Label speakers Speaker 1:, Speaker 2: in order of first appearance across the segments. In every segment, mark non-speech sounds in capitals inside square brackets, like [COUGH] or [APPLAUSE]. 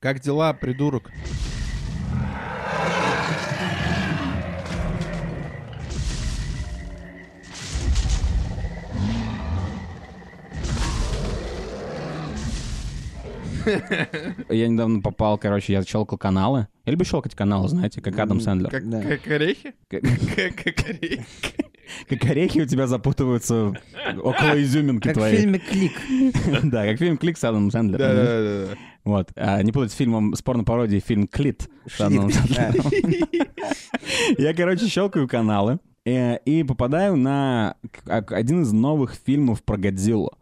Speaker 1: Как дела, придурок?
Speaker 2: Я недавно попал, короче, я щелкал каналы. Я люблю щелкать каналы, знаете, как Адам Сэндлер.
Speaker 1: Как,
Speaker 3: Да.
Speaker 1: как орехи?
Speaker 2: Как-
Speaker 1: Как, как орехи.
Speaker 2: Как орехи у тебя запутываются
Speaker 1: [LAUGHS]
Speaker 2: около изюминки
Speaker 3: Как в
Speaker 2: твоей.
Speaker 3: фильме «Клик».
Speaker 2: [LAUGHS] Да, как фильм «Клик» с Адамом Сэндлером.
Speaker 1: Да, да, да.
Speaker 2: Вот. А, не путать с фильмом с порно-пародией, фильм «Клит».
Speaker 1: [LAUGHS]
Speaker 2: с Адамом Сэндлером. Я, короче, щелкаю каналы э, и попадаю на к- а- один из новых фильмов про Годзиллу.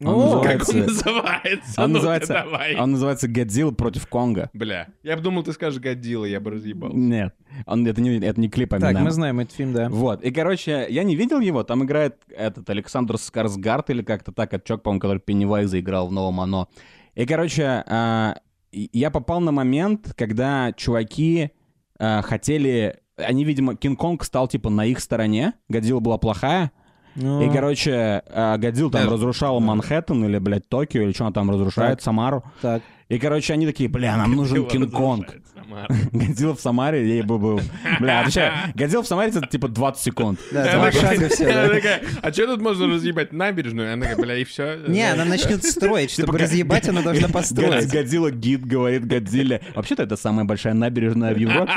Speaker 2: Он
Speaker 3: О,
Speaker 1: Как он
Speaker 2: [LAUGHS] называется-
Speaker 1: называется?
Speaker 2: он
Speaker 1: Ну-ка,
Speaker 2: называется,
Speaker 1: давай.
Speaker 2: он называется «Годзилла против Конга».
Speaker 1: Бля. Я бы думал, ты скажешь Годзилла, я бы разъебал.
Speaker 2: Нет, он, это, не, это не клип, а
Speaker 3: Так,
Speaker 2: мем.
Speaker 3: мы знаем этот фильм, да.
Speaker 2: Вот, и, короче, я не видел его, там играет этот Александр Скарсгард или как-то так, этот чувак, по-моему, который Пеннивайза играл в «Новом Оно». И, короче, а, и- я попал на момент, когда чуваки а, хотели... Они, видимо, Кинг-Конг стал, типа, на их стороне, Годзилла была плохая,
Speaker 1: Ну,
Speaker 2: и,
Speaker 3: Ну,
Speaker 2: короче, а, Годзилла там
Speaker 1: Да.
Speaker 2: разрушала Манхэттен или, блядь, Токио, или что она там разрушает,
Speaker 3: Э. Так.
Speaker 2: Самару.
Speaker 3: Так.
Speaker 2: И, короче, они такие, бля, нам нужен
Speaker 1: Годзилла
Speaker 2: Кинг-Конг.
Speaker 1: разрушает Самару.
Speaker 2: [LAUGHS] Годзилла в Самаре, ей бы был. Бля,
Speaker 3: [LAUGHS]
Speaker 2: отвечаю, Годзилла в Самаре это типа 20 секунд.
Speaker 3: Да,
Speaker 1: Она
Speaker 3: два
Speaker 1: такая-
Speaker 3: шага все,
Speaker 1: она
Speaker 3: да.
Speaker 1: такая, а что тут можно разъебать? Набережную? Она такая, бля, и все.
Speaker 3: Не,
Speaker 1: [LAUGHS]
Speaker 3: она начнет строить. Чтобы разъебать, она
Speaker 2: [LAUGHS]
Speaker 3: должна
Speaker 2: Год-
Speaker 3: построить.
Speaker 2: Годзилла гид говорит Годзилле. Вообще-то это самая большая набережная в
Speaker 3: [LAUGHS]
Speaker 2: Европе.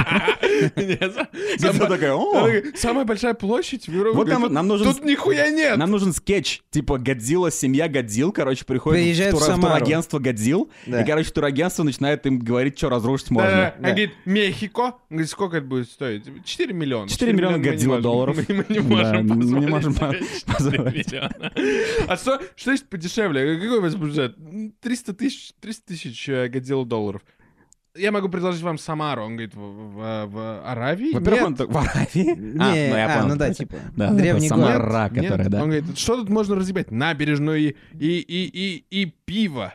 Speaker 2: Годзилла такая, «О,
Speaker 1: Самая большая площадь в Европе.
Speaker 2: Вот там
Speaker 1: Тут-
Speaker 2: нам нужен-
Speaker 1: Тут нихуя нет.
Speaker 2: Нам нужен скетч, типа Годзилла, семья Годзилл, короче, приходит
Speaker 3: Приезжает
Speaker 2: в,
Speaker 3: в Самару.
Speaker 2: турагентство Годзилл,
Speaker 3: Да.
Speaker 2: и, короче, турагентство начинает им говорить, что разрушить
Speaker 1: Да,
Speaker 2: можно.
Speaker 1: да. Она Э, говорит, Мехико. Она говорит, сколько это будет стоить? 4 миллиона.
Speaker 2: 4 миллиона
Speaker 1: мы не
Speaker 2: годзилла
Speaker 1: можем-
Speaker 2: долларов.
Speaker 1: Мы [LAUGHS] мы не
Speaker 2: Да,
Speaker 1: можем
Speaker 2: мы не
Speaker 1: позволить
Speaker 2: можем
Speaker 1: себе 4
Speaker 2: позволить.
Speaker 1: миллиона. А что, что есть подешевле? Я говорю, Какой у вас бюджет? 300 тысяч, 300 тысяч э, годзилла долларов. Я могу предложить вам Самару. Он говорит, в, в- в Аравии?
Speaker 2: Во-первых,
Speaker 1: Нет.
Speaker 2: он так- [LAUGHS] в Аравии.
Speaker 3: Не,
Speaker 2: я
Speaker 3: а,
Speaker 2: понял.
Speaker 3: ну да, типа.
Speaker 2: Да,
Speaker 3: Древний
Speaker 2: это
Speaker 3: город.
Speaker 2: Самара,
Speaker 1: Нет,
Speaker 2: которая, да.
Speaker 1: Он говорит, что тут можно разъебать? Набережную и, и, и, и, и пиво.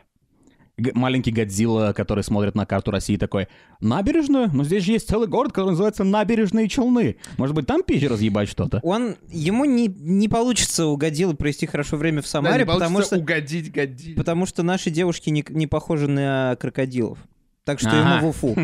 Speaker 2: Г- маленький Годзилла, который смотрит на карту России, такой, набережную? Но здесь же есть целый город, который называется Набережные Челны. Может быть, там пищи разъебать что-то? [LAUGHS]
Speaker 3: Он, ему не, не получится у Годзиллы провести хорошо время в
Speaker 1: Да, не
Speaker 3: Самаре, потому
Speaker 1: получится
Speaker 3: что,
Speaker 1: угодить Годзилле.
Speaker 3: потому что наши девушки не, не похожи на крокодилов. Так что
Speaker 2: Ага.
Speaker 3: ему в Уфу.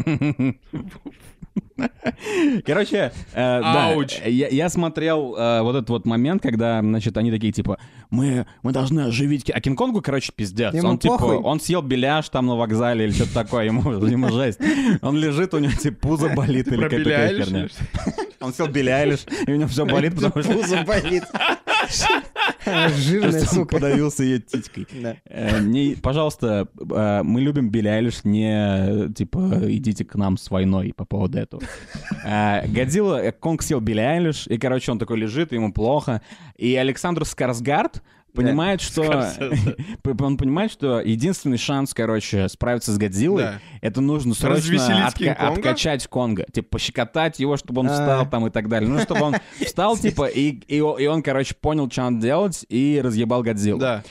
Speaker 2: Короче, э, да,
Speaker 1: Ауч.
Speaker 2: я, я смотрел э, вот этот вот момент, когда, значит, они такие, типа, мы, мы должны оживить... Ки-». А Кинг-Конгу, короче, пиздец.
Speaker 3: Ему
Speaker 2: он, типа,
Speaker 3: похуй.
Speaker 2: он съел беляш там на вокзале или что-то такое, ему, ему жесть. Он лежит, у него, типа, пузо болит или
Speaker 1: Про
Speaker 2: какая-то
Speaker 1: Билли
Speaker 2: такая
Speaker 1: Айлиш,
Speaker 2: херня.
Speaker 1: что ли?
Speaker 2: Он съел беляйлиш, и у него все [LAUGHS] болит, потому что...
Speaker 3: Пузо
Speaker 1: [LAUGHS]
Speaker 3: болит. Жирная
Speaker 2: Просто он
Speaker 3: сука.
Speaker 2: подавился ее титькой.
Speaker 3: Да.
Speaker 2: Э, не- пожалуйста, э, мы любим Билли Айлиш, не э, типа идите к нам с войной по поводу этого. Э, Годзилла, э, Конг съел Билли Айлиш, и, короче, он такой лежит, ему плохо. И Александр Скарсгард понимает, что... [LAUGHS] Он понимает, что единственный шанс, короче, справиться с Годзиллой,
Speaker 1: Да.
Speaker 2: это нужно срочно
Speaker 1: Развеселить
Speaker 2: отка-
Speaker 1: Кинг-Конга?
Speaker 2: откачать Конга. Типа, пощекотать его, чтобы он
Speaker 3: А.
Speaker 2: встал там и так далее. Ну, чтобы он встал, типа, и, и, о- и он, короче, понял, что он делать, и разъебал Годзиллу.
Speaker 1: Да.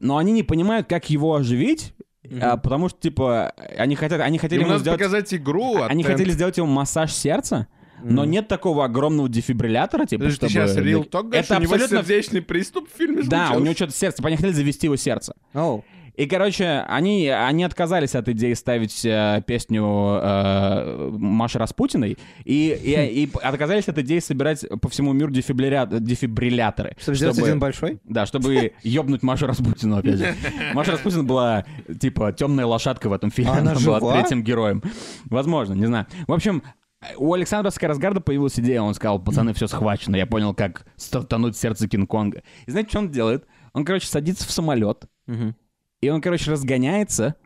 Speaker 2: Но они не понимают, как его оживить, а, потому что, типа, они хотят, они хотели
Speaker 1: Им
Speaker 2: ему
Speaker 1: надо
Speaker 2: сделать...
Speaker 1: показать игру. а от
Speaker 2: Они
Speaker 1: TNT.
Speaker 2: хотели сделать ему массаж сердца, но нет такого огромного дефибриллятора, типа,
Speaker 1: Подожди, ты
Speaker 2: чтобы...
Speaker 1: сейчас Real Talk говоришь,
Speaker 2: Это
Speaker 1: у него
Speaker 2: абсолютно...
Speaker 1: сердечный приступ в фильме
Speaker 2: Да, у
Speaker 1: случился.
Speaker 2: него что-то сердце, типа, они хотели завести его сердце.
Speaker 3: Оу.
Speaker 2: И, короче, они, они отказались от идеи ставить э, песню э, Маши Распутиной и, и,
Speaker 3: Хм.
Speaker 2: и отказались от идеи собирать по всему миру дефибрилля- дефибрилляторы.
Speaker 3: Чтобы сделать один большой?
Speaker 2: Да,
Speaker 3: [LAUGHS]
Speaker 2: чтобы ёбнуть Машу Распутину, опять же. Маша Распутина была, типа, темная лошадка в этом фильме.
Speaker 3: А она
Speaker 2: была
Speaker 3: жива?
Speaker 2: третьим героем. Возможно, не знаю. В общем, у Александра Скоросгарда появилась идея, он сказал, пацаны, все схвачено, я понял, как стартануть сердце Кинг-Конга. И знаете, что он делает? Он, короче, садится в самолет, и он, короче, разгоняется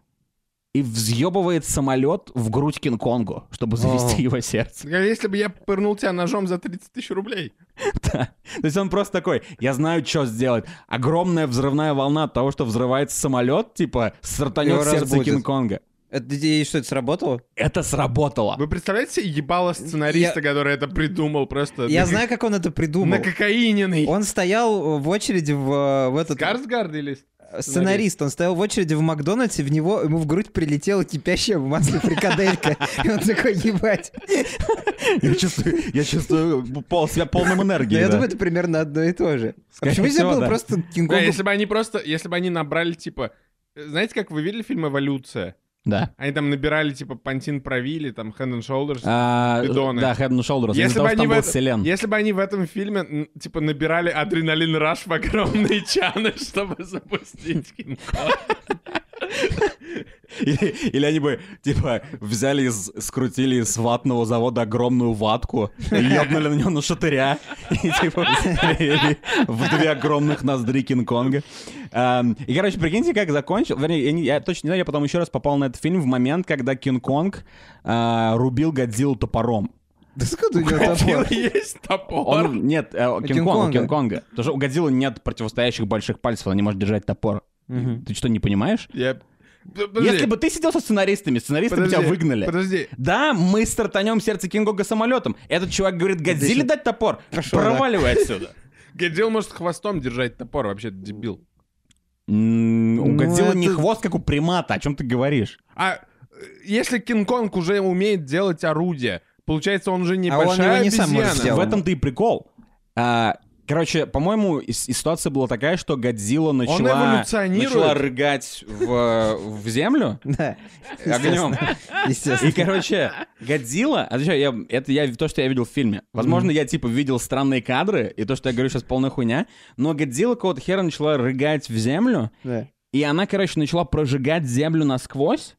Speaker 2: и взъебывает самолет в грудь Кинг-Конгу, чтобы завести
Speaker 3: О.
Speaker 2: его сердце.
Speaker 1: Как А Если бы я пырнул тебя ножом за 30 тысяч рублей.
Speaker 2: Да. То есть он просто такой, я знаю, что сделать. Огромная взрывная волна от того, что взрывается самолет, типа,
Speaker 3: Его
Speaker 2: сортанет сердце
Speaker 3: разбудит.
Speaker 2: Кинг-Конга.
Speaker 3: Это и что, это сработало?
Speaker 2: Это сработало.
Speaker 1: Вы представляете себе ебало сценариста, который это придумал просто?
Speaker 3: Я
Speaker 1: на-
Speaker 3: знаю, как он это
Speaker 1: На
Speaker 3: придумал.
Speaker 1: кокаиненный.
Speaker 3: Он стоял э, в очереди в, в этот... э,
Speaker 1: Скарсгард или...
Speaker 3: Сценарист, он стоял в очереди в Макдональдсе, в него, ему в грудь прилетела кипящая в
Speaker 2: [LAUGHS]
Speaker 3: масле фрикаделька. И он такой, ебать.
Speaker 2: Я чувствую, я чувствую пол, себя полным энергии.
Speaker 3: Да, Ну, я
Speaker 2: да.
Speaker 3: думаю, это примерно одно и то же. А
Speaker 2: Скорее
Speaker 3: Почему нельзя
Speaker 2: всего,
Speaker 3: было
Speaker 2: да.
Speaker 3: просто
Speaker 1: Да,
Speaker 3: Кинг-Конгу
Speaker 1: если бы они просто... Если бы они набрали, типа... э, Знаете, как вы видели фильм «Эволюция»?
Speaker 2: Да.
Speaker 1: Они там набирали, типа, Пантин Провили, там, Hand and Shoulders.
Speaker 2: А,
Speaker 1: Бидоны.
Speaker 2: Да, Head and Shoulders.
Speaker 1: Если
Speaker 2: Из-за того,
Speaker 1: бы они
Speaker 2: что там
Speaker 1: в
Speaker 2: был
Speaker 1: это-
Speaker 2: Селен.
Speaker 1: Если бы они в этом фильме, м, типа, набирали адреналин раш в огромные чаны, [LAUGHS] чтобы запустить кино.
Speaker 2: Или, или они бы, типа, взяли, из, скрутили из ватного завода огромную ватку, ёбнули на него на шатыря, и, типа, стрелили в две огромных ноздри Кинг-Конга. Эм, И, короче, прикиньте, как закончил. Вернее, я, не- я точно не знаю, я потом еще раз попал на этот фильм в момент, когда Кинг-Конг э, рубил Годзиллу топором.
Speaker 3: Да сколько у него
Speaker 1: Кил
Speaker 3: топор?
Speaker 1: есть топор.
Speaker 2: Он, нет, э, у Кинг-Конга, у
Speaker 3: Кинг-Конга.
Speaker 2: Кинг-Конга. Потому что у Годзиллы нет противостоящих больших пальцев, она не может держать топор.
Speaker 3: Мгм.
Speaker 2: Ты что, не понимаешь?
Speaker 1: Я- П- подожди,
Speaker 2: Если бы ты сидел со сценаристами, сценаристы бы тебя
Speaker 1: подожди,
Speaker 2: выгнали.
Speaker 1: Подожди,
Speaker 2: Да, мы стартанем сердце Кингога самолетом. Этот чувак говорит, Годзилле
Speaker 3: Отлично.
Speaker 2: дать топор?
Speaker 3: Пошел,
Speaker 2: Проваливай отсюда.
Speaker 1: Гадил может хвостом держать топор, вообще дебил.
Speaker 2: [LAUGHS] М, У
Speaker 3: Ну,
Speaker 2: Годзиллы
Speaker 3: это-
Speaker 2: не хвост, как у примата. О чем ты говоришь?
Speaker 1: А э, если Кинг-Конг уже умеет делать орудие, получается, он уже не
Speaker 3: А он
Speaker 1: большая
Speaker 3: его не сам может
Speaker 1: обезьяна.
Speaker 3: сделать.
Speaker 2: В этом-то и прикол. А, Короче, по-моему, и- и ситуация была такая, что Годзилла начала,
Speaker 1: эволюционирует.
Speaker 2: начала рыгать в, в землю
Speaker 3: [LAUGHS] Да,
Speaker 2: огнем. И,
Speaker 3: естественно.
Speaker 2: короче, Годзилла... Отвечаю, я, это я, то, что я видел в фильме. Возможно, я, типа, видел странные кадры, и то, что я говорю сейчас полная хуйня, но Годзилла какого-то хера начала рыгать в землю,
Speaker 3: Да.
Speaker 2: и она, короче, начала прожигать землю насквозь,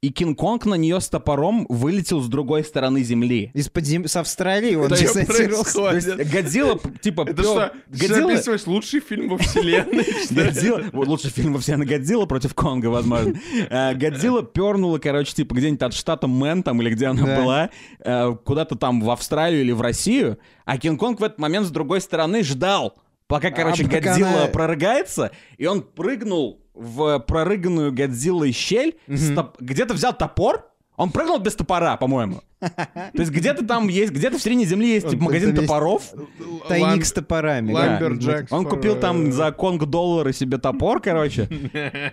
Speaker 2: и Кинг-Конг на нее с топором вылетел с другой стороны земли.
Speaker 3: Из-под зем- с Австралии он
Speaker 1: Это что
Speaker 3: десантировался.
Speaker 1: происходит?
Speaker 2: Годзилла, п- типа,
Speaker 1: Это
Speaker 2: пёл-
Speaker 1: что, ты
Speaker 2: Годзилла...
Speaker 1: записываешь лучший фильм во
Speaker 2: [LAUGHS]
Speaker 1: вселенной?
Speaker 3: [LAUGHS]
Speaker 1: что ли?
Speaker 2: Годзилла, вот лучший фильм во вселенной Годзилла против Конга, возможно. Э, Годзилла пернула, короче, типа где-нибудь от штата Мэн там или где она
Speaker 3: Да.
Speaker 2: была, э, куда-то там в Австралию или в Россию, а Кинг-Конг в этот момент с другой стороны ждал, пока, короче,
Speaker 3: А, пока
Speaker 2: Годзилла
Speaker 3: она-
Speaker 2: прорыгается, и он прыгнул в прорыганную Годзиллой щель, с топ- где-то взял топор, он прыгнул без топора,
Speaker 3: [LAUGHS]
Speaker 2: по-моему. То есть где-то там есть, где-то в середине земли есть
Speaker 3: Он
Speaker 2: типа, магазин
Speaker 3: просто весь-
Speaker 2: топоров,
Speaker 3: Тайник
Speaker 1: Лан-
Speaker 3: с топорами. да.
Speaker 1: Ламберджек.
Speaker 2: он купил
Speaker 3: э,
Speaker 2: там за конг доллары себе топор, короче,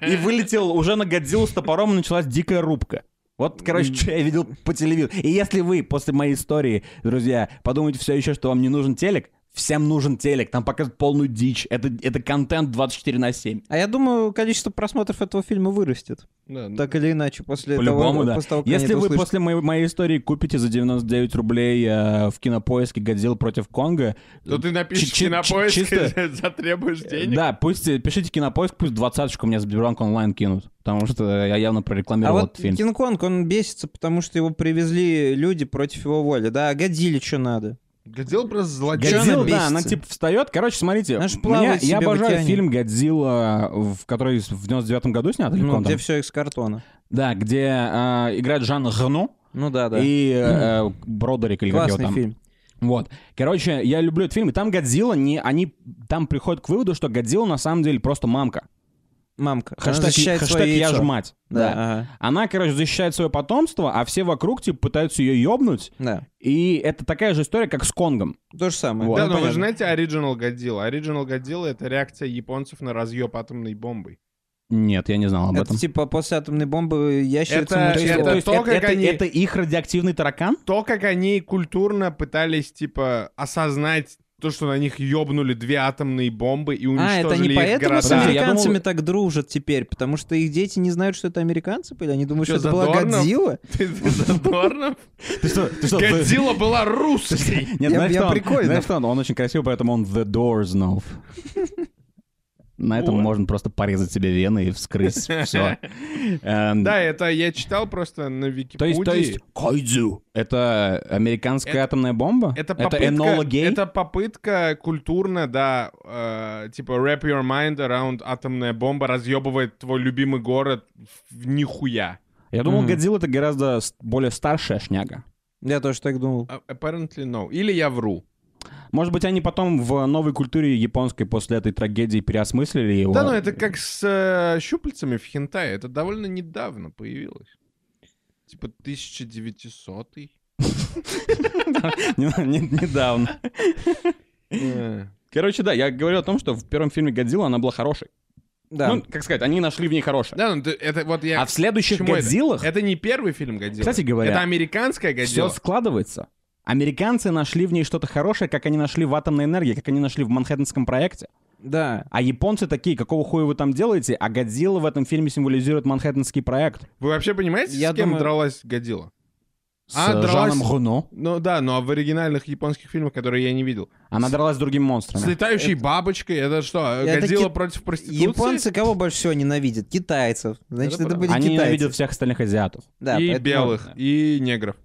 Speaker 2: и вылетел уже на Годзиллу с топором, и началась дикая рубка. Вот, короче, что я видел по телевизору. И если вы после моей истории, друзья, подумаете все еще, что вам не нужен телек, всем нужен телек, там показывают полную дичь. Это, это контент 24 на 7.
Speaker 3: А я думаю, количество просмотров этого фильма вырастет.
Speaker 1: Да,
Speaker 3: Так или иначе, после
Speaker 2: По-любому,
Speaker 3: того,
Speaker 2: да.
Speaker 3: после того, как они
Speaker 2: Если
Speaker 3: это
Speaker 2: вы
Speaker 3: услышат.
Speaker 2: после моей, моей истории купите за 99 рублей э, в кинопоиске «Годзилла против Конга»,
Speaker 1: То ты напишешь
Speaker 2: Чи- чи-
Speaker 1: кинопоиск и
Speaker 2: чисто-
Speaker 1: [LAUGHS] затребуешь денег.
Speaker 2: Да, пусть э, пишите кинопоиск, пусть двадцаточку мне с Сбербанк онлайн кинут, потому что я явно
Speaker 3: А
Speaker 2: прорекламировал
Speaker 3: вот
Speaker 2: этот фильм.
Speaker 3: Кинг-Конг, он бесится, потому что его привезли люди против его воли. Да, а Годзилле что надо?
Speaker 1: Годзилла просто
Speaker 3: Чё
Speaker 1: злодей.
Speaker 3: Годзилла- она
Speaker 2: Годзилла, да,
Speaker 3: бесится?
Speaker 2: она типа встает. Короче, смотрите,
Speaker 3: Она ж плавает
Speaker 2: меня,
Speaker 3: себе
Speaker 2: я
Speaker 3: в
Speaker 2: обожаю
Speaker 3: океане.
Speaker 2: фильм «Годзилла», в который в 99-м году снят, или в
Speaker 3: Ну,
Speaker 2: каком
Speaker 3: где
Speaker 2: там?
Speaker 3: все из картона.
Speaker 2: Да, где э, играет Жан Гну
Speaker 3: Ну да, да.
Speaker 2: и э, Бродерик, или как его
Speaker 3: Классный
Speaker 2: там.
Speaker 3: фильм.
Speaker 2: Вот. Короче, я люблю этот фильм, и там Годзилла, не, они там приходят к выводу, что Годзилла на самом деле просто мамка.
Speaker 3: Мамка. Она
Speaker 2: Хэштег,
Speaker 3: защищает
Speaker 2: хэштег
Speaker 3: свое
Speaker 2: «Я ж
Speaker 3: яйцо.
Speaker 2: мать».
Speaker 3: Да,
Speaker 2: да.
Speaker 3: ага,
Speaker 2: Она, короче, защищает свое потомство, а все вокруг, типа, пытаются ее ёбнуть.
Speaker 3: да.
Speaker 2: И это такая же история, как с Конгом.
Speaker 3: То же самое.
Speaker 2: Вот.
Speaker 1: Да,
Speaker 3: Ну,
Speaker 1: но вы
Speaker 3: понятно.
Speaker 1: же знаете Original Годзилла? Original Годзилла — это реакция японцев на разъеб атомной бомбой.
Speaker 2: Нет, я не знал об
Speaker 3: Это
Speaker 2: этом.
Speaker 3: типа после атомной бомбы ящерица
Speaker 1: Это-
Speaker 3: мучила.
Speaker 1: это- то, как они-
Speaker 2: это их радиоактивный таракан?
Speaker 1: То, как они культурно пытались, типа, осознать то, что на них ёбнули две атомные бомбы и
Speaker 3: А,
Speaker 1: уничтожили
Speaker 3: это не
Speaker 1: их
Speaker 3: поэтому с
Speaker 1: города.
Speaker 2: Да, я
Speaker 3: американцами
Speaker 2: думал-
Speaker 3: так дружат теперь, потому что их дети не знают, что это американцы были, они думают,
Speaker 1: Чё,
Speaker 3: что это была
Speaker 1: Задорнов?
Speaker 3: Годзилла.
Speaker 1: [LAUGHS] Ты задорно?
Speaker 2: Ты что, ты что, ты-
Speaker 1: Годзилла была
Speaker 2: [LAUGHS]
Speaker 1: русской!
Speaker 2: Нет,
Speaker 3: Я-
Speaker 2: знаешь,
Speaker 3: я
Speaker 2: что он-
Speaker 3: прикольно.
Speaker 2: знаешь, что он, он очень красивый, поэтому он The Doors Know. На этом
Speaker 1: Вот.
Speaker 2: можно просто порезать себе вены
Speaker 1: [LAUGHS]
Speaker 2: и вскрыть все.
Speaker 1: Да, это я читал просто на
Speaker 2: То есть, то есть,
Speaker 1: Википедии.
Speaker 2: Кайдзю — это американская
Speaker 1: Это-
Speaker 2: атомная бомба?
Speaker 1: Это
Speaker 2: это
Speaker 1: попытка,
Speaker 2: Энола Гей?
Speaker 1: это попытка культурно, да, э, типа wrap your mind around атомная бомба разъебывает твой любимый город в нихуя.
Speaker 2: Я думал,
Speaker 3: Мгм.
Speaker 2: Годзилла — это гораздо с- более старшая шняга.
Speaker 3: Я тоже так думал.
Speaker 1: А- Apparently no. Или я вру.
Speaker 2: Может быть, они потом в новой культуре японской после этой трагедии переосмыслили его?
Speaker 1: Да, ну это как с э, щупальцами в хентае. Это довольно недавно появилось. Типа 1900
Speaker 2: [LAUGHS] Не- не- Недавно. Э. Короче, да, я говорю о том, что в первом фильме «Годзилла» она была хорошей.
Speaker 3: Да.
Speaker 2: Ну, как сказать, они нашли в ней хорошее.
Speaker 1: Да, ну ты- это вот я...
Speaker 2: А в следующих
Speaker 1: Почему это?
Speaker 2: «Годзиллах»
Speaker 1: Это не первый фильм Годзилла.
Speaker 2: Кстати говоря,
Speaker 1: Это американская
Speaker 2: все
Speaker 1: Годзилла.
Speaker 2: складывается. Американцы нашли в ней что-то хорошее, как они нашли в атомной энергии, как они нашли в Манхэттенском проекте.
Speaker 3: Да.
Speaker 2: А японцы такие, какого хуя вы там делаете? А Годзилла в этом фильме символизирует манхэттенский проект.
Speaker 1: Вы вообще понимаете,
Speaker 3: Я
Speaker 1: с кем
Speaker 3: думаю-
Speaker 1: дралась Годзилла?
Speaker 2: С
Speaker 1: А,
Speaker 2: э,
Speaker 1: дралась-
Speaker 2: Жаном Рено.
Speaker 1: Ну да, но в оригинальных японских фильмах, которые я не видел.
Speaker 2: Она дралась с другим
Speaker 1: С
Speaker 2: монстром.
Speaker 1: летающей бабочкой, это что,
Speaker 3: Это
Speaker 1: Годзилла
Speaker 3: ки-
Speaker 1: против проституции?
Speaker 3: Японцы кого больше всего ненавидят? Китайцев. Значит,
Speaker 1: Это
Speaker 3: это,
Speaker 1: правда.
Speaker 3: были
Speaker 2: Они
Speaker 3: китайцы.
Speaker 2: ненавидят всех остальных азиатов.
Speaker 3: Да,
Speaker 1: и
Speaker 3: поэтому-
Speaker 1: белых, и негров.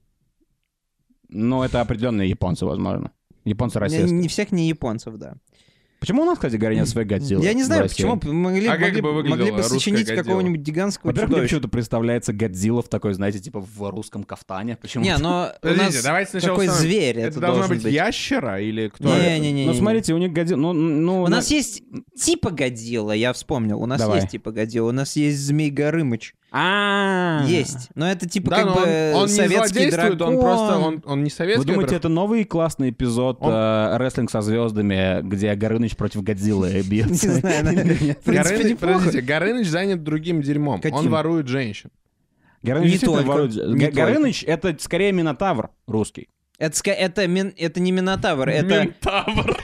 Speaker 2: Но это определенные японцы, возможно. Японцы
Speaker 3: Не,
Speaker 2: расисты.
Speaker 3: не всех не японцев, да.
Speaker 2: Почему у нас, кстати говоря, нет своей Годзиллы?
Speaker 3: Я не
Speaker 2: в
Speaker 3: знаю,
Speaker 2: России?
Speaker 3: почему п- могли,
Speaker 1: А как
Speaker 3: могли,
Speaker 1: бы выглядела
Speaker 3: могли бы
Speaker 1: русская
Speaker 3: сочинить
Speaker 1: Годзилла?
Speaker 3: какого-нибудь гигантского
Speaker 2: Во-первых, мне
Speaker 3: чудовища.
Speaker 2: почему-то представляется Годзилла в такой, знаете, типа в русском кафтане. Почему?
Speaker 3: Не, ну, но у
Speaker 1: Подождите,
Speaker 3: нас
Speaker 1: давайте сначала
Speaker 3: какой
Speaker 1: установим.
Speaker 3: зверь это,
Speaker 1: Это, должна
Speaker 3: должен
Speaker 1: быть,
Speaker 3: быть.
Speaker 1: ящера или кто?
Speaker 3: Не,
Speaker 1: это?
Speaker 3: не, не,
Speaker 2: Ну,
Speaker 3: не.
Speaker 2: смотрите, у них Годзилла... Ну, ну,
Speaker 3: У
Speaker 2: на-
Speaker 3: нас есть типа Годзилла, я вспомнил. У нас
Speaker 2: Давай.
Speaker 3: есть типа Годзилла, у нас есть Змей Горыныч.
Speaker 2: а
Speaker 3: Есть. Но это типа
Speaker 1: Да,
Speaker 3: как
Speaker 1: но
Speaker 3: бы
Speaker 1: он, он не
Speaker 3: советский
Speaker 1: злодействует,
Speaker 3: дракон.
Speaker 1: он просто, он, он не советский.
Speaker 2: Вы думаете,
Speaker 1: во-первых.
Speaker 2: это новый классный эпизод
Speaker 1: Он-
Speaker 2: э, «Рестлинг со звездами», где Горыныч против Годзиллы
Speaker 3: [LAUGHS] Не
Speaker 2: бьется?
Speaker 3: знаю, наверное.
Speaker 2: Нет.
Speaker 3: в принципе,
Speaker 1: Горыныч,
Speaker 3: неплохо.
Speaker 1: подождите, Горыныч занят другим дерьмом. Он
Speaker 3: Каким?
Speaker 1: ворует женщин.
Speaker 2: Горыныч
Speaker 3: Не
Speaker 2: действительно
Speaker 3: только,
Speaker 2: ворует-
Speaker 3: не
Speaker 2: Го-
Speaker 3: только.
Speaker 2: Горыныч — это скорее Минотавр русский.
Speaker 3: Это, ска- это, мин- это не Минотавр, это
Speaker 1: Ментавр.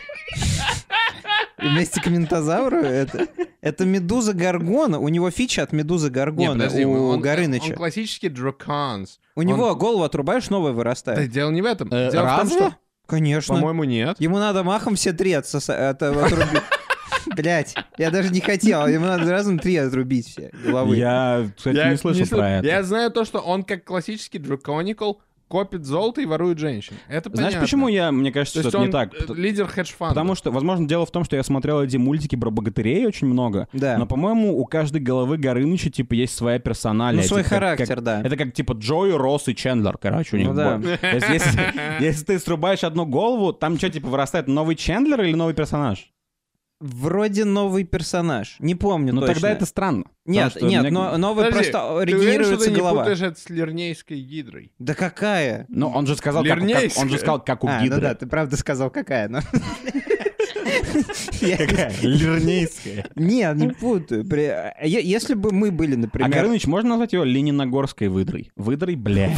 Speaker 3: вместе к Минтозавру. Это, это Медуза Гаргона. У него фича от Медузы
Speaker 1: Не,
Speaker 3: Гаргона
Speaker 1: подожди,
Speaker 3: ну, у
Speaker 1: он,
Speaker 3: Горыныча.
Speaker 1: Он классический драконс.
Speaker 3: у
Speaker 1: он-
Speaker 3: него голову отрубаешь, новая
Speaker 1: Да
Speaker 3: вырастает.
Speaker 1: дело не в этом.
Speaker 2: Э,
Speaker 1: дело в том,
Speaker 2: разве?
Speaker 1: что...
Speaker 3: Конечно.
Speaker 1: По-моему, нет.
Speaker 3: Ему надо махом все три отсоса- от- отрубить. Блять, я даже не хотел. Ему надо разом три отрубить все головы.
Speaker 2: Я, кстати, не слышал
Speaker 1: слы-
Speaker 2: про это.
Speaker 1: Я знаю то, что он как классический драконикл копит золото и ворует женщин. Это
Speaker 2: Знаешь,
Speaker 1: понятно.
Speaker 2: почему я, мне
Speaker 1: То
Speaker 2: кажется,
Speaker 1: есть
Speaker 2: что это
Speaker 1: он
Speaker 2: не так?
Speaker 1: э,
Speaker 2: Пот-
Speaker 1: лидер хедж-фанда. [LAUGHS]
Speaker 2: Потому что, возможно, дело в том, что я смотрел эти мультики про богатырей очень много.
Speaker 3: Да.
Speaker 2: Но, по-моему, у каждой головы Горыныча, типа, есть своя персоналия.
Speaker 3: Ну, свой
Speaker 2: Типа, как-
Speaker 3: характер,
Speaker 2: как-
Speaker 3: да.
Speaker 2: Это как, типа, Джои, Росс и Чендлер, короче, у них
Speaker 3: Ну да.
Speaker 2: бой. То есть,
Speaker 3: [LAUGHS]
Speaker 2: если, если ты срубаешь одну голову, там что, типа, вырастает новый Чендлер или новый персонаж?
Speaker 3: Вроде новый персонаж. Не помню
Speaker 2: Ну,
Speaker 3: точно.
Speaker 2: тогда это странно. Потому
Speaker 3: Нет,
Speaker 2: что
Speaker 3: нет,
Speaker 2: мне-
Speaker 3: но новый
Speaker 1: Подожди,
Speaker 3: просто
Speaker 1: Ты уверен, что
Speaker 3: регенерируется
Speaker 1: ты не
Speaker 3: голова.
Speaker 1: путаешь это с лирнейской гидрой?
Speaker 3: Да какая?
Speaker 2: Ну, он же сказал, как, как- он же сказал, как у
Speaker 3: а,
Speaker 2: Гидры. [LAUGHS]
Speaker 3: ну да, ты правда сказал,
Speaker 1: [LAUGHS]
Speaker 3: какая, но...
Speaker 2: Какая? Лирнейская.
Speaker 3: Нет, не путаю. При- а, е- Если бы мы были,
Speaker 2: А
Speaker 3: например...
Speaker 2: Горыныч можно назвать его Лениногорской выдрой? Выдрой, бля.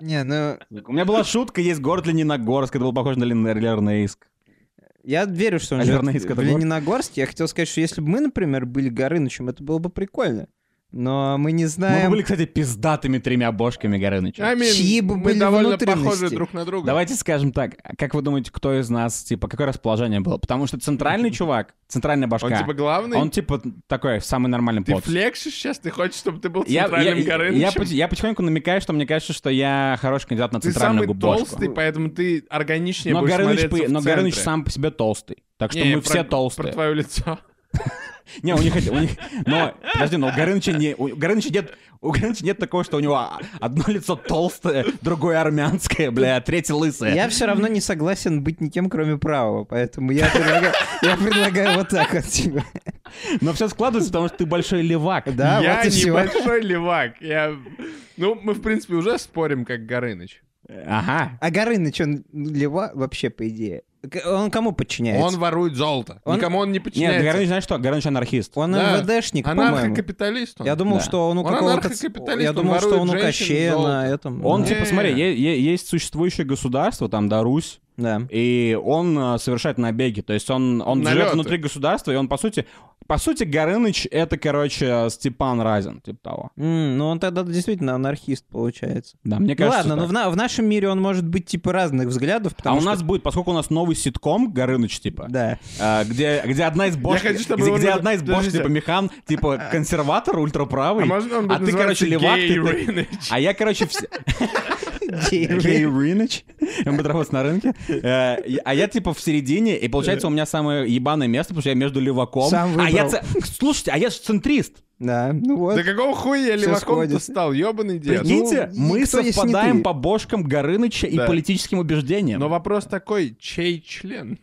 Speaker 3: Не, ну...
Speaker 2: У меня была шутка, есть город Лениногорск, это было похоже на Лен- Лернейск.
Speaker 3: Я верю, что он
Speaker 2: А
Speaker 3: живет
Speaker 2: Лернейск это
Speaker 3: в
Speaker 2: город?
Speaker 3: Лениногорске. Я хотел сказать, что если бы мы, например, были Горынычем, это было бы прикольно. Но мы не
Speaker 2: Мы
Speaker 3: знаем...
Speaker 2: были, кстати, пиздатыми тремя бошками Горыныча.
Speaker 1: I mean,
Speaker 3: Чьи бы
Speaker 1: мы
Speaker 3: были
Speaker 1: довольно
Speaker 3: внутренности?
Speaker 1: похожи друг на друга.
Speaker 2: Давайте скажем так, как вы думаете, кто из нас, типа, какое расположение было? Потому что
Speaker 1: [LAUGHS]
Speaker 2: центральный чувак, центральная башка,
Speaker 1: Он типа главный?
Speaker 2: он, типа, такой, самый нормальный
Speaker 1: Ты
Speaker 2: пот.
Speaker 1: флексишь сейчас? Ты хочешь, чтобы ты был
Speaker 2: Я, я,
Speaker 1: центральным
Speaker 2: я,
Speaker 1: Горынычем?
Speaker 2: пот- я потихоньку намекаю, что мне кажется, что я хороший кандидат на
Speaker 1: Ты
Speaker 2: центральную
Speaker 1: самый
Speaker 2: бошку.
Speaker 1: толстый, поэтому ты органичнее
Speaker 2: Но
Speaker 1: будешь
Speaker 2: Горыныч,
Speaker 1: смотреться
Speaker 2: по-
Speaker 1: в
Speaker 2: но Горыныч
Speaker 1: центре.
Speaker 2: сам по себе толстый. Так что
Speaker 1: Не,
Speaker 2: мы
Speaker 1: про-
Speaker 2: все
Speaker 1: Про
Speaker 2: толстые.
Speaker 1: твое лицо.
Speaker 2: Не, у них, у них, но, подожди, но у Горыныча, не, у Горыныча нет, у Горыныча нет такого, что у него а, одно лицо толстое, другое армянское, бля, а третье лысое.
Speaker 3: Я все равно не согласен быть никем, кроме правого, поэтому я предлагаю, я предлагаю вот так вот типа.
Speaker 2: Но все складывается, потому что ты большой левак.
Speaker 3: Да,
Speaker 1: я
Speaker 3: вот и все.
Speaker 1: небольшой левак. Я... Ну, мы, в принципе, уже спорим, как Горыныч.
Speaker 2: Ага.
Speaker 3: А Горыныч, он лева вообще, по идее? К- Он кому подчиняется?
Speaker 1: Он ворует золото.
Speaker 3: Он-
Speaker 1: Никому он не
Speaker 2: Нет,
Speaker 1: подчиняется.
Speaker 2: Горыныч, знаешь что? Горыныч анархист.
Speaker 3: Он
Speaker 1: Да.
Speaker 3: МВДшник, по-моему.
Speaker 1: Анархокапиталист он.
Speaker 3: Я думал,
Speaker 2: Да.
Speaker 3: что он у
Speaker 1: Он
Speaker 3: какого-то...
Speaker 1: анархокапиталист,
Speaker 3: Я
Speaker 1: он
Speaker 3: думал, что
Speaker 1: ворует
Speaker 3: он у
Speaker 1: женщин
Speaker 3: Кощея
Speaker 1: золото.
Speaker 3: на этом...
Speaker 2: Он,
Speaker 3: да.
Speaker 2: типа, смотри, е- е- есть существующее государство, там, да, Русь,
Speaker 3: Да.
Speaker 2: и он э, совершает набеги. То есть он, он живет
Speaker 1: Налеты.
Speaker 2: внутри государства, и он, по сути, по сути, Горыныч — это, короче, Степан Разин, типа того.
Speaker 3: М, Ну, он тогда действительно анархист, получается.
Speaker 2: Да, А мне
Speaker 3: Ну
Speaker 2: кажется,
Speaker 3: ладно,
Speaker 2: так.
Speaker 3: но в, на- в нашем мире он может быть, типа, разных взглядов,
Speaker 2: А
Speaker 3: потому
Speaker 2: у
Speaker 3: что...
Speaker 2: нас будет, поскольку у нас новый ситком Горыныч, типа,
Speaker 3: [LAUGHS] Да.
Speaker 2: а, где, где одна из бош,
Speaker 1: Я хочу, чтобы
Speaker 2: где,
Speaker 1: он
Speaker 2: где
Speaker 1: наз-
Speaker 2: одна из бош,
Speaker 1: Подождите.
Speaker 2: типа Михан,
Speaker 1: [LAUGHS]
Speaker 2: типа консерватор, ультраправый,
Speaker 1: А можно он будет
Speaker 2: а ты, короче,
Speaker 1: называться
Speaker 2: левак, ты-
Speaker 1: Гей
Speaker 2: ты- [LAUGHS]
Speaker 1: Рыныч?
Speaker 2: а я,
Speaker 1: [LAUGHS]
Speaker 2: короче, вс- Гей [LAUGHS]
Speaker 3: Гей.
Speaker 2: Рыныч, он будет работать на рынке, Э, я- а я, типа, в середине, и получается у меня самое ебаное место, потому что я между леваком,
Speaker 3: Сам
Speaker 2: а я,
Speaker 3: выбрал.
Speaker 2: ц- слушайте, а я же центрист,
Speaker 3: Да, ну вот.
Speaker 1: Да какого хуя я
Speaker 3: Всё
Speaker 1: леваком-то
Speaker 3: сходится.
Speaker 1: стал? Ёбаный дед.
Speaker 3: Прикинь.
Speaker 2: прикиньте,
Speaker 3: Ну,
Speaker 2: мы
Speaker 3: никто, если не
Speaker 2: совпадаем
Speaker 3: ты.
Speaker 2: по бошкам Горыныча и
Speaker 1: Да.
Speaker 2: политическим убеждениям.
Speaker 1: Ну, Но вопрос такой, чей член?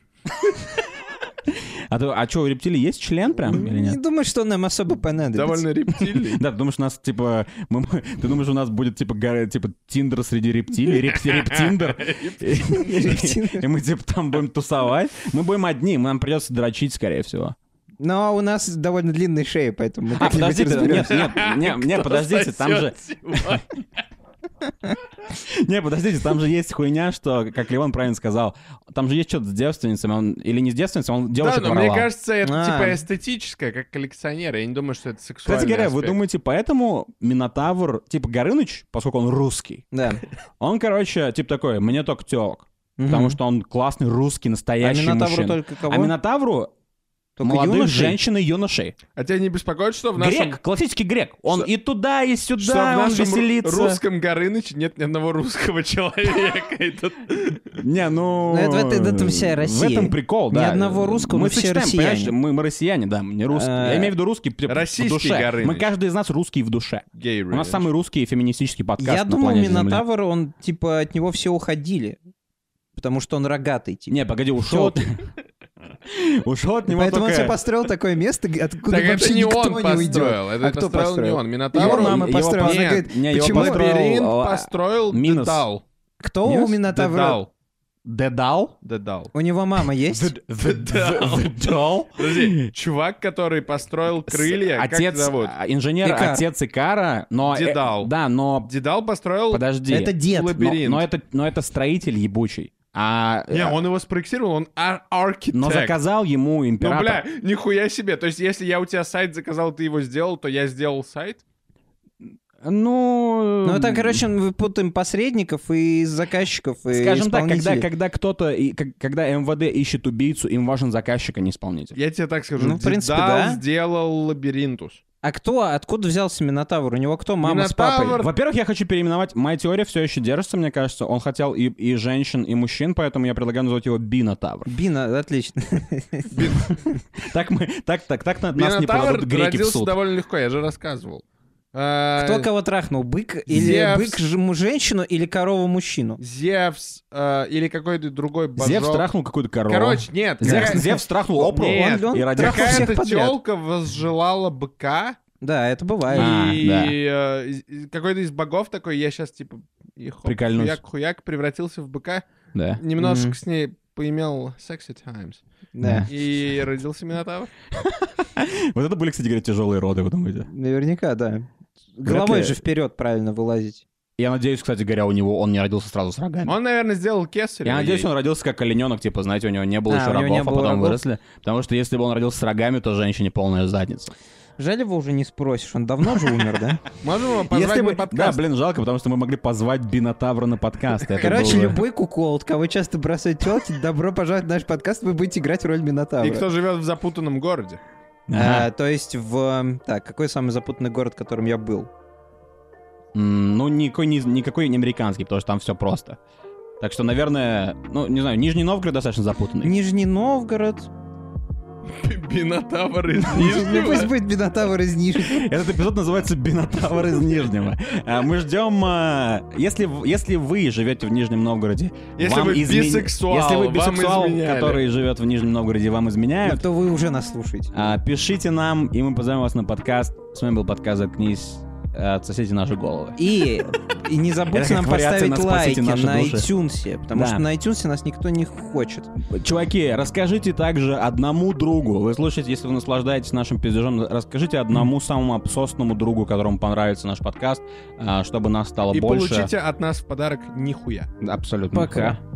Speaker 2: А, то- а что, у рептилий есть член прям или нет?
Speaker 3: Не думаю, что нам особо
Speaker 2: [LAUGHS]
Speaker 3: понадобится.
Speaker 1: Довольно рептильный.
Speaker 2: Да, ты думаешь, у нас, типа, мы- мы- ты думаешь, у нас будет, типа, гора- типа Тиндер среди
Speaker 1: [LAUGHS]
Speaker 2: рептилий, репти- рептиндер?
Speaker 3: Рептиндер.
Speaker 2: И мы, типа, там будем тусовать. Мы будем одни, нам придется дрочить, скорее всего.
Speaker 3: Но у нас довольно длинные шеи, поэтому мы
Speaker 2: А,
Speaker 3: как-нибудь
Speaker 2: подождите, [LAUGHS]
Speaker 3: разберёмся.
Speaker 2: нет, нет, нет, нет, подождите, там же...
Speaker 1: Сосёт сегодня.
Speaker 2: Не, подождите, там же есть хуйня, что, как Леон правильно сказал, там же есть что-то с девственницами, он, или не с девственницами, он
Speaker 1: Да,
Speaker 2: девушек
Speaker 1: но мне
Speaker 2: воровал.
Speaker 1: кажется, это
Speaker 3: А.
Speaker 1: типа эстетическое, как коллекционеры. Я не думаю, что это сексуально.
Speaker 2: Кстати говоря, вы думаете, поэтому Минотавр, типа Горыныч, поскольку он русский,
Speaker 3: Да.
Speaker 2: он, короче, типа такой, мне только телок,
Speaker 3: Мгм.
Speaker 2: потому что он классный русский,
Speaker 3: а
Speaker 2: настоящий
Speaker 3: Минотавру
Speaker 2: мужчина.
Speaker 3: только кого?
Speaker 2: А Минотавру
Speaker 3: Только
Speaker 2: молодых
Speaker 3: юношей?
Speaker 2: женщин и юношей.
Speaker 1: А тебя не беспокоит, что в нашем...
Speaker 2: Грек, классический грек. Он
Speaker 1: Что-
Speaker 2: и туда, и
Speaker 1: что в
Speaker 2: сюда, он
Speaker 1: нашем
Speaker 2: веселится.
Speaker 1: русском Горыныче нет ни одного русского [LAUGHS] человека. И тут-
Speaker 2: Не, ну...
Speaker 3: Ну, это в этой- в этом вся
Speaker 2: В
Speaker 3: Россия.
Speaker 2: этом прикол,
Speaker 3: Ни
Speaker 2: да.
Speaker 3: одного русского,
Speaker 2: мы
Speaker 3: мы все
Speaker 2: сочетаем,
Speaker 3: россияне.
Speaker 2: понимаешь, Мы, мы россияне, да, мы не русские.
Speaker 3: Э,
Speaker 2: Я имею в виду русские типа, в
Speaker 1: российский
Speaker 2: душе.
Speaker 1: Горыныч.
Speaker 2: Мы каждый из нас русский в душе.
Speaker 1: Гей
Speaker 2: У нас
Speaker 1: Рейндж.
Speaker 2: самый русский феминистический подкаст
Speaker 3: Я
Speaker 2: на
Speaker 3: думал,
Speaker 2: планете Земля.
Speaker 3: Минотавр, он, типа, от него все уходили. Потому что он рогатый, типа.
Speaker 2: Не, погоди, ушел от... [LAUGHS] Ушел от него
Speaker 3: Поэтому он
Speaker 2: только-
Speaker 3: себе построил такое место, г- откуда
Speaker 1: Так это
Speaker 3: вообще
Speaker 1: не
Speaker 3: никто
Speaker 1: он
Speaker 3: не уйдет.
Speaker 1: построил. Это
Speaker 3: А кто
Speaker 1: построил не
Speaker 3: построил?
Speaker 1: он.
Speaker 3: Его
Speaker 1: Минотавр...
Speaker 3: мама
Speaker 1: его
Speaker 3: построила. Она
Speaker 1: нет,
Speaker 3: говорит,
Speaker 2: не, его
Speaker 3: почему
Speaker 2: построил,
Speaker 1: Лабиринт
Speaker 2: а,
Speaker 1: построил
Speaker 2: минус.
Speaker 1: Дедал.
Speaker 3: Кто у
Speaker 2: Минус?
Speaker 3: Минотавра?
Speaker 1: Дедал.
Speaker 2: Дедал?
Speaker 1: Дедал.
Speaker 3: У него мама есть?
Speaker 2: Дед- Дедал? Дедал? [LAUGHS]
Speaker 1: Подожди, чувак, который построил крылья, как
Speaker 2: Отец,
Speaker 1: его зовут?
Speaker 2: а, инженер,
Speaker 3: Икар.
Speaker 2: отец Икара, но... э,
Speaker 1: Дедал.
Speaker 2: Да, но...
Speaker 1: Дедал построил...
Speaker 2: Подожди.
Speaker 3: Это дед.
Speaker 1: Лаб-
Speaker 2: Но-
Speaker 1: лабиринт.
Speaker 2: Но, это, но это строитель ебучий. А,
Speaker 1: Не,
Speaker 2: э,
Speaker 1: он его спроектировал, он ар- архитект.
Speaker 2: но заказал ему
Speaker 1: Ну,
Speaker 2: император.
Speaker 1: бля, нихуя себе. То есть, если я у тебя сайт заказал, ты его сделал, то я сделал сайт?
Speaker 2: Ну...
Speaker 3: Ну, это, короче, мы путаем посредников и заказчиков, и
Speaker 2: э, Скажем так, когда,
Speaker 3: исполнителей.
Speaker 2: когда кто-то, и- как- когда МВД ищет убийцу, им важен заказчик, а не исполнитель.
Speaker 1: Я тебе так скажу.
Speaker 3: Ну, в принципе,
Speaker 1: Дедал
Speaker 3: да.
Speaker 1: сделал лабиринтус.
Speaker 3: А кто, откуда взялся Минотавр? У него кто, мама с
Speaker 1: Минотавр-
Speaker 3: папой?
Speaker 2: Во-первых, я хочу переименовать. Моя теория все еще держится, мне кажется. Он хотел и, и женщин, и мужчин, поэтому я предлагаю назвать его Бинотавр. [LAUGHS]
Speaker 3: Бина, а, отлично.
Speaker 2: Так мы, так, так, так на- нас не
Speaker 1: Минотавр
Speaker 2: подадут греки в
Speaker 1: родился
Speaker 2: суд.
Speaker 1: довольно легко, я же рассказывал. А,
Speaker 3: Кто кого трахнул? Бык или
Speaker 1: Зевс.
Speaker 3: бык ж- му- женщину или корову мужчину?
Speaker 1: Зевс а, или какой-то другой божок.
Speaker 2: Зевс трахнул какую-то корову.
Speaker 1: Короче, нет.
Speaker 2: Зевс,
Speaker 1: какая-
Speaker 2: Зевс трахнул Опру
Speaker 1: Нет.
Speaker 2: и родил.
Speaker 3: трахал всех
Speaker 1: Какая-то
Speaker 3: подряд.
Speaker 1: телка возжелала быка,
Speaker 3: Да, это бывает.
Speaker 2: А,
Speaker 1: и
Speaker 2: да.
Speaker 1: э, из- из- какой-то из богов такой, я сейчас типа и хоп,
Speaker 2: Прикольнусь.
Speaker 1: хуяк-хуяк превратился в быка,
Speaker 2: [LAUGHS] Да.
Speaker 1: немножко
Speaker 3: Мгм.
Speaker 1: с ней поимел секси times.
Speaker 3: Да.
Speaker 1: И родился Минотавр.
Speaker 2: Вот это были, кстати говоря, тяжелые роды, вы думаете?
Speaker 3: Наверняка, да. Головой
Speaker 2: ли-
Speaker 3: же вперед правильно вылазить.
Speaker 2: Я надеюсь, кстати говоря, у него он не родился сразу с рогами.
Speaker 1: Он, наверное, сделал кесарь.
Speaker 2: Я надеюсь, он родился как олененок, типа, знаете, у него не было
Speaker 3: А,
Speaker 2: еще
Speaker 3: у него не
Speaker 2: рогов, а
Speaker 3: было
Speaker 2: потом
Speaker 3: рогов.
Speaker 2: выросли. Потому что если бы он родился с рогами, то женщине полная задница.
Speaker 3: Жаль, его уже не спросишь. Он давно же умер, да?
Speaker 1: Можем его
Speaker 2: Если
Speaker 1: позвать
Speaker 2: бы-
Speaker 1: на
Speaker 2: Да,
Speaker 1: подкаст?
Speaker 2: блин, жалко, потому что мы могли позвать Бинотавра на подкаст. [LAUGHS] Это
Speaker 3: Короче,
Speaker 2: было-
Speaker 3: любой куколд, кого часто бросают телки, добро пожаловать в наш подкаст, вы будете играть роль
Speaker 1: И
Speaker 3: Минотавра.
Speaker 1: кто живет в запутанном городе?
Speaker 2: Ага.
Speaker 3: А, то есть в... эм, Так, какой самый запутанный город, в котором я был?
Speaker 2: М, Ну, никакой не, никакой не американский, потому что там все просто. Так что, наверное, ну, не знаю, Нижний Новгород достаточно запутанный.
Speaker 3: Нижний Новгород.
Speaker 1: [LAUGHS] Бинотавр из
Speaker 3: Ну пусть
Speaker 1: Нижнего.
Speaker 3: будет Минотавр из [LAUGHS] Нижнего.
Speaker 2: Этот эпизод называется «Бинотавр из Нижнего». А, Мы ждем... а, Если, в- если вы живете в Нижнем Новгороде...
Speaker 1: Если
Speaker 2: вам
Speaker 1: вы
Speaker 2: измен-
Speaker 1: бисексуал,
Speaker 2: Если вы
Speaker 1: вам
Speaker 2: бисексуал,
Speaker 1: изменяли.
Speaker 2: который живет в Нижнем Новгороде, вам изменяют,
Speaker 3: Ну, то вы уже нас слушаете.
Speaker 2: а, пишите нам, и мы позовем вас на подкаст. С вами был подкаст «Заткнись, а, отсосите наши головы».
Speaker 3: И, и не
Speaker 2: Это
Speaker 3: забудьте
Speaker 2: как
Speaker 3: нам
Speaker 2: вариация
Speaker 3: поставить
Speaker 2: на
Speaker 3: лайки
Speaker 2: «Спасите наши
Speaker 3: на
Speaker 2: души».
Speaker 3: iTunes, потому
Speaker 2: Да.
Speaker 3: что на iTunes нас никто не хочет.
Speaker 2: Чуваки, расскажите также одному другу. Вы слушаете, если вы наслаждаетесь нашим пиздежом, расскажите одному самому обсосному другу, которому понравится наш подкаст, а, чтобы нас стало
Speaker 1: И
Speaker 2: больше.
Speaker 1: получите от нас в подарок нихуя.
Speaker 2: Абсолютно.
Speaker 3: Пока.
Speaker 2: Пока.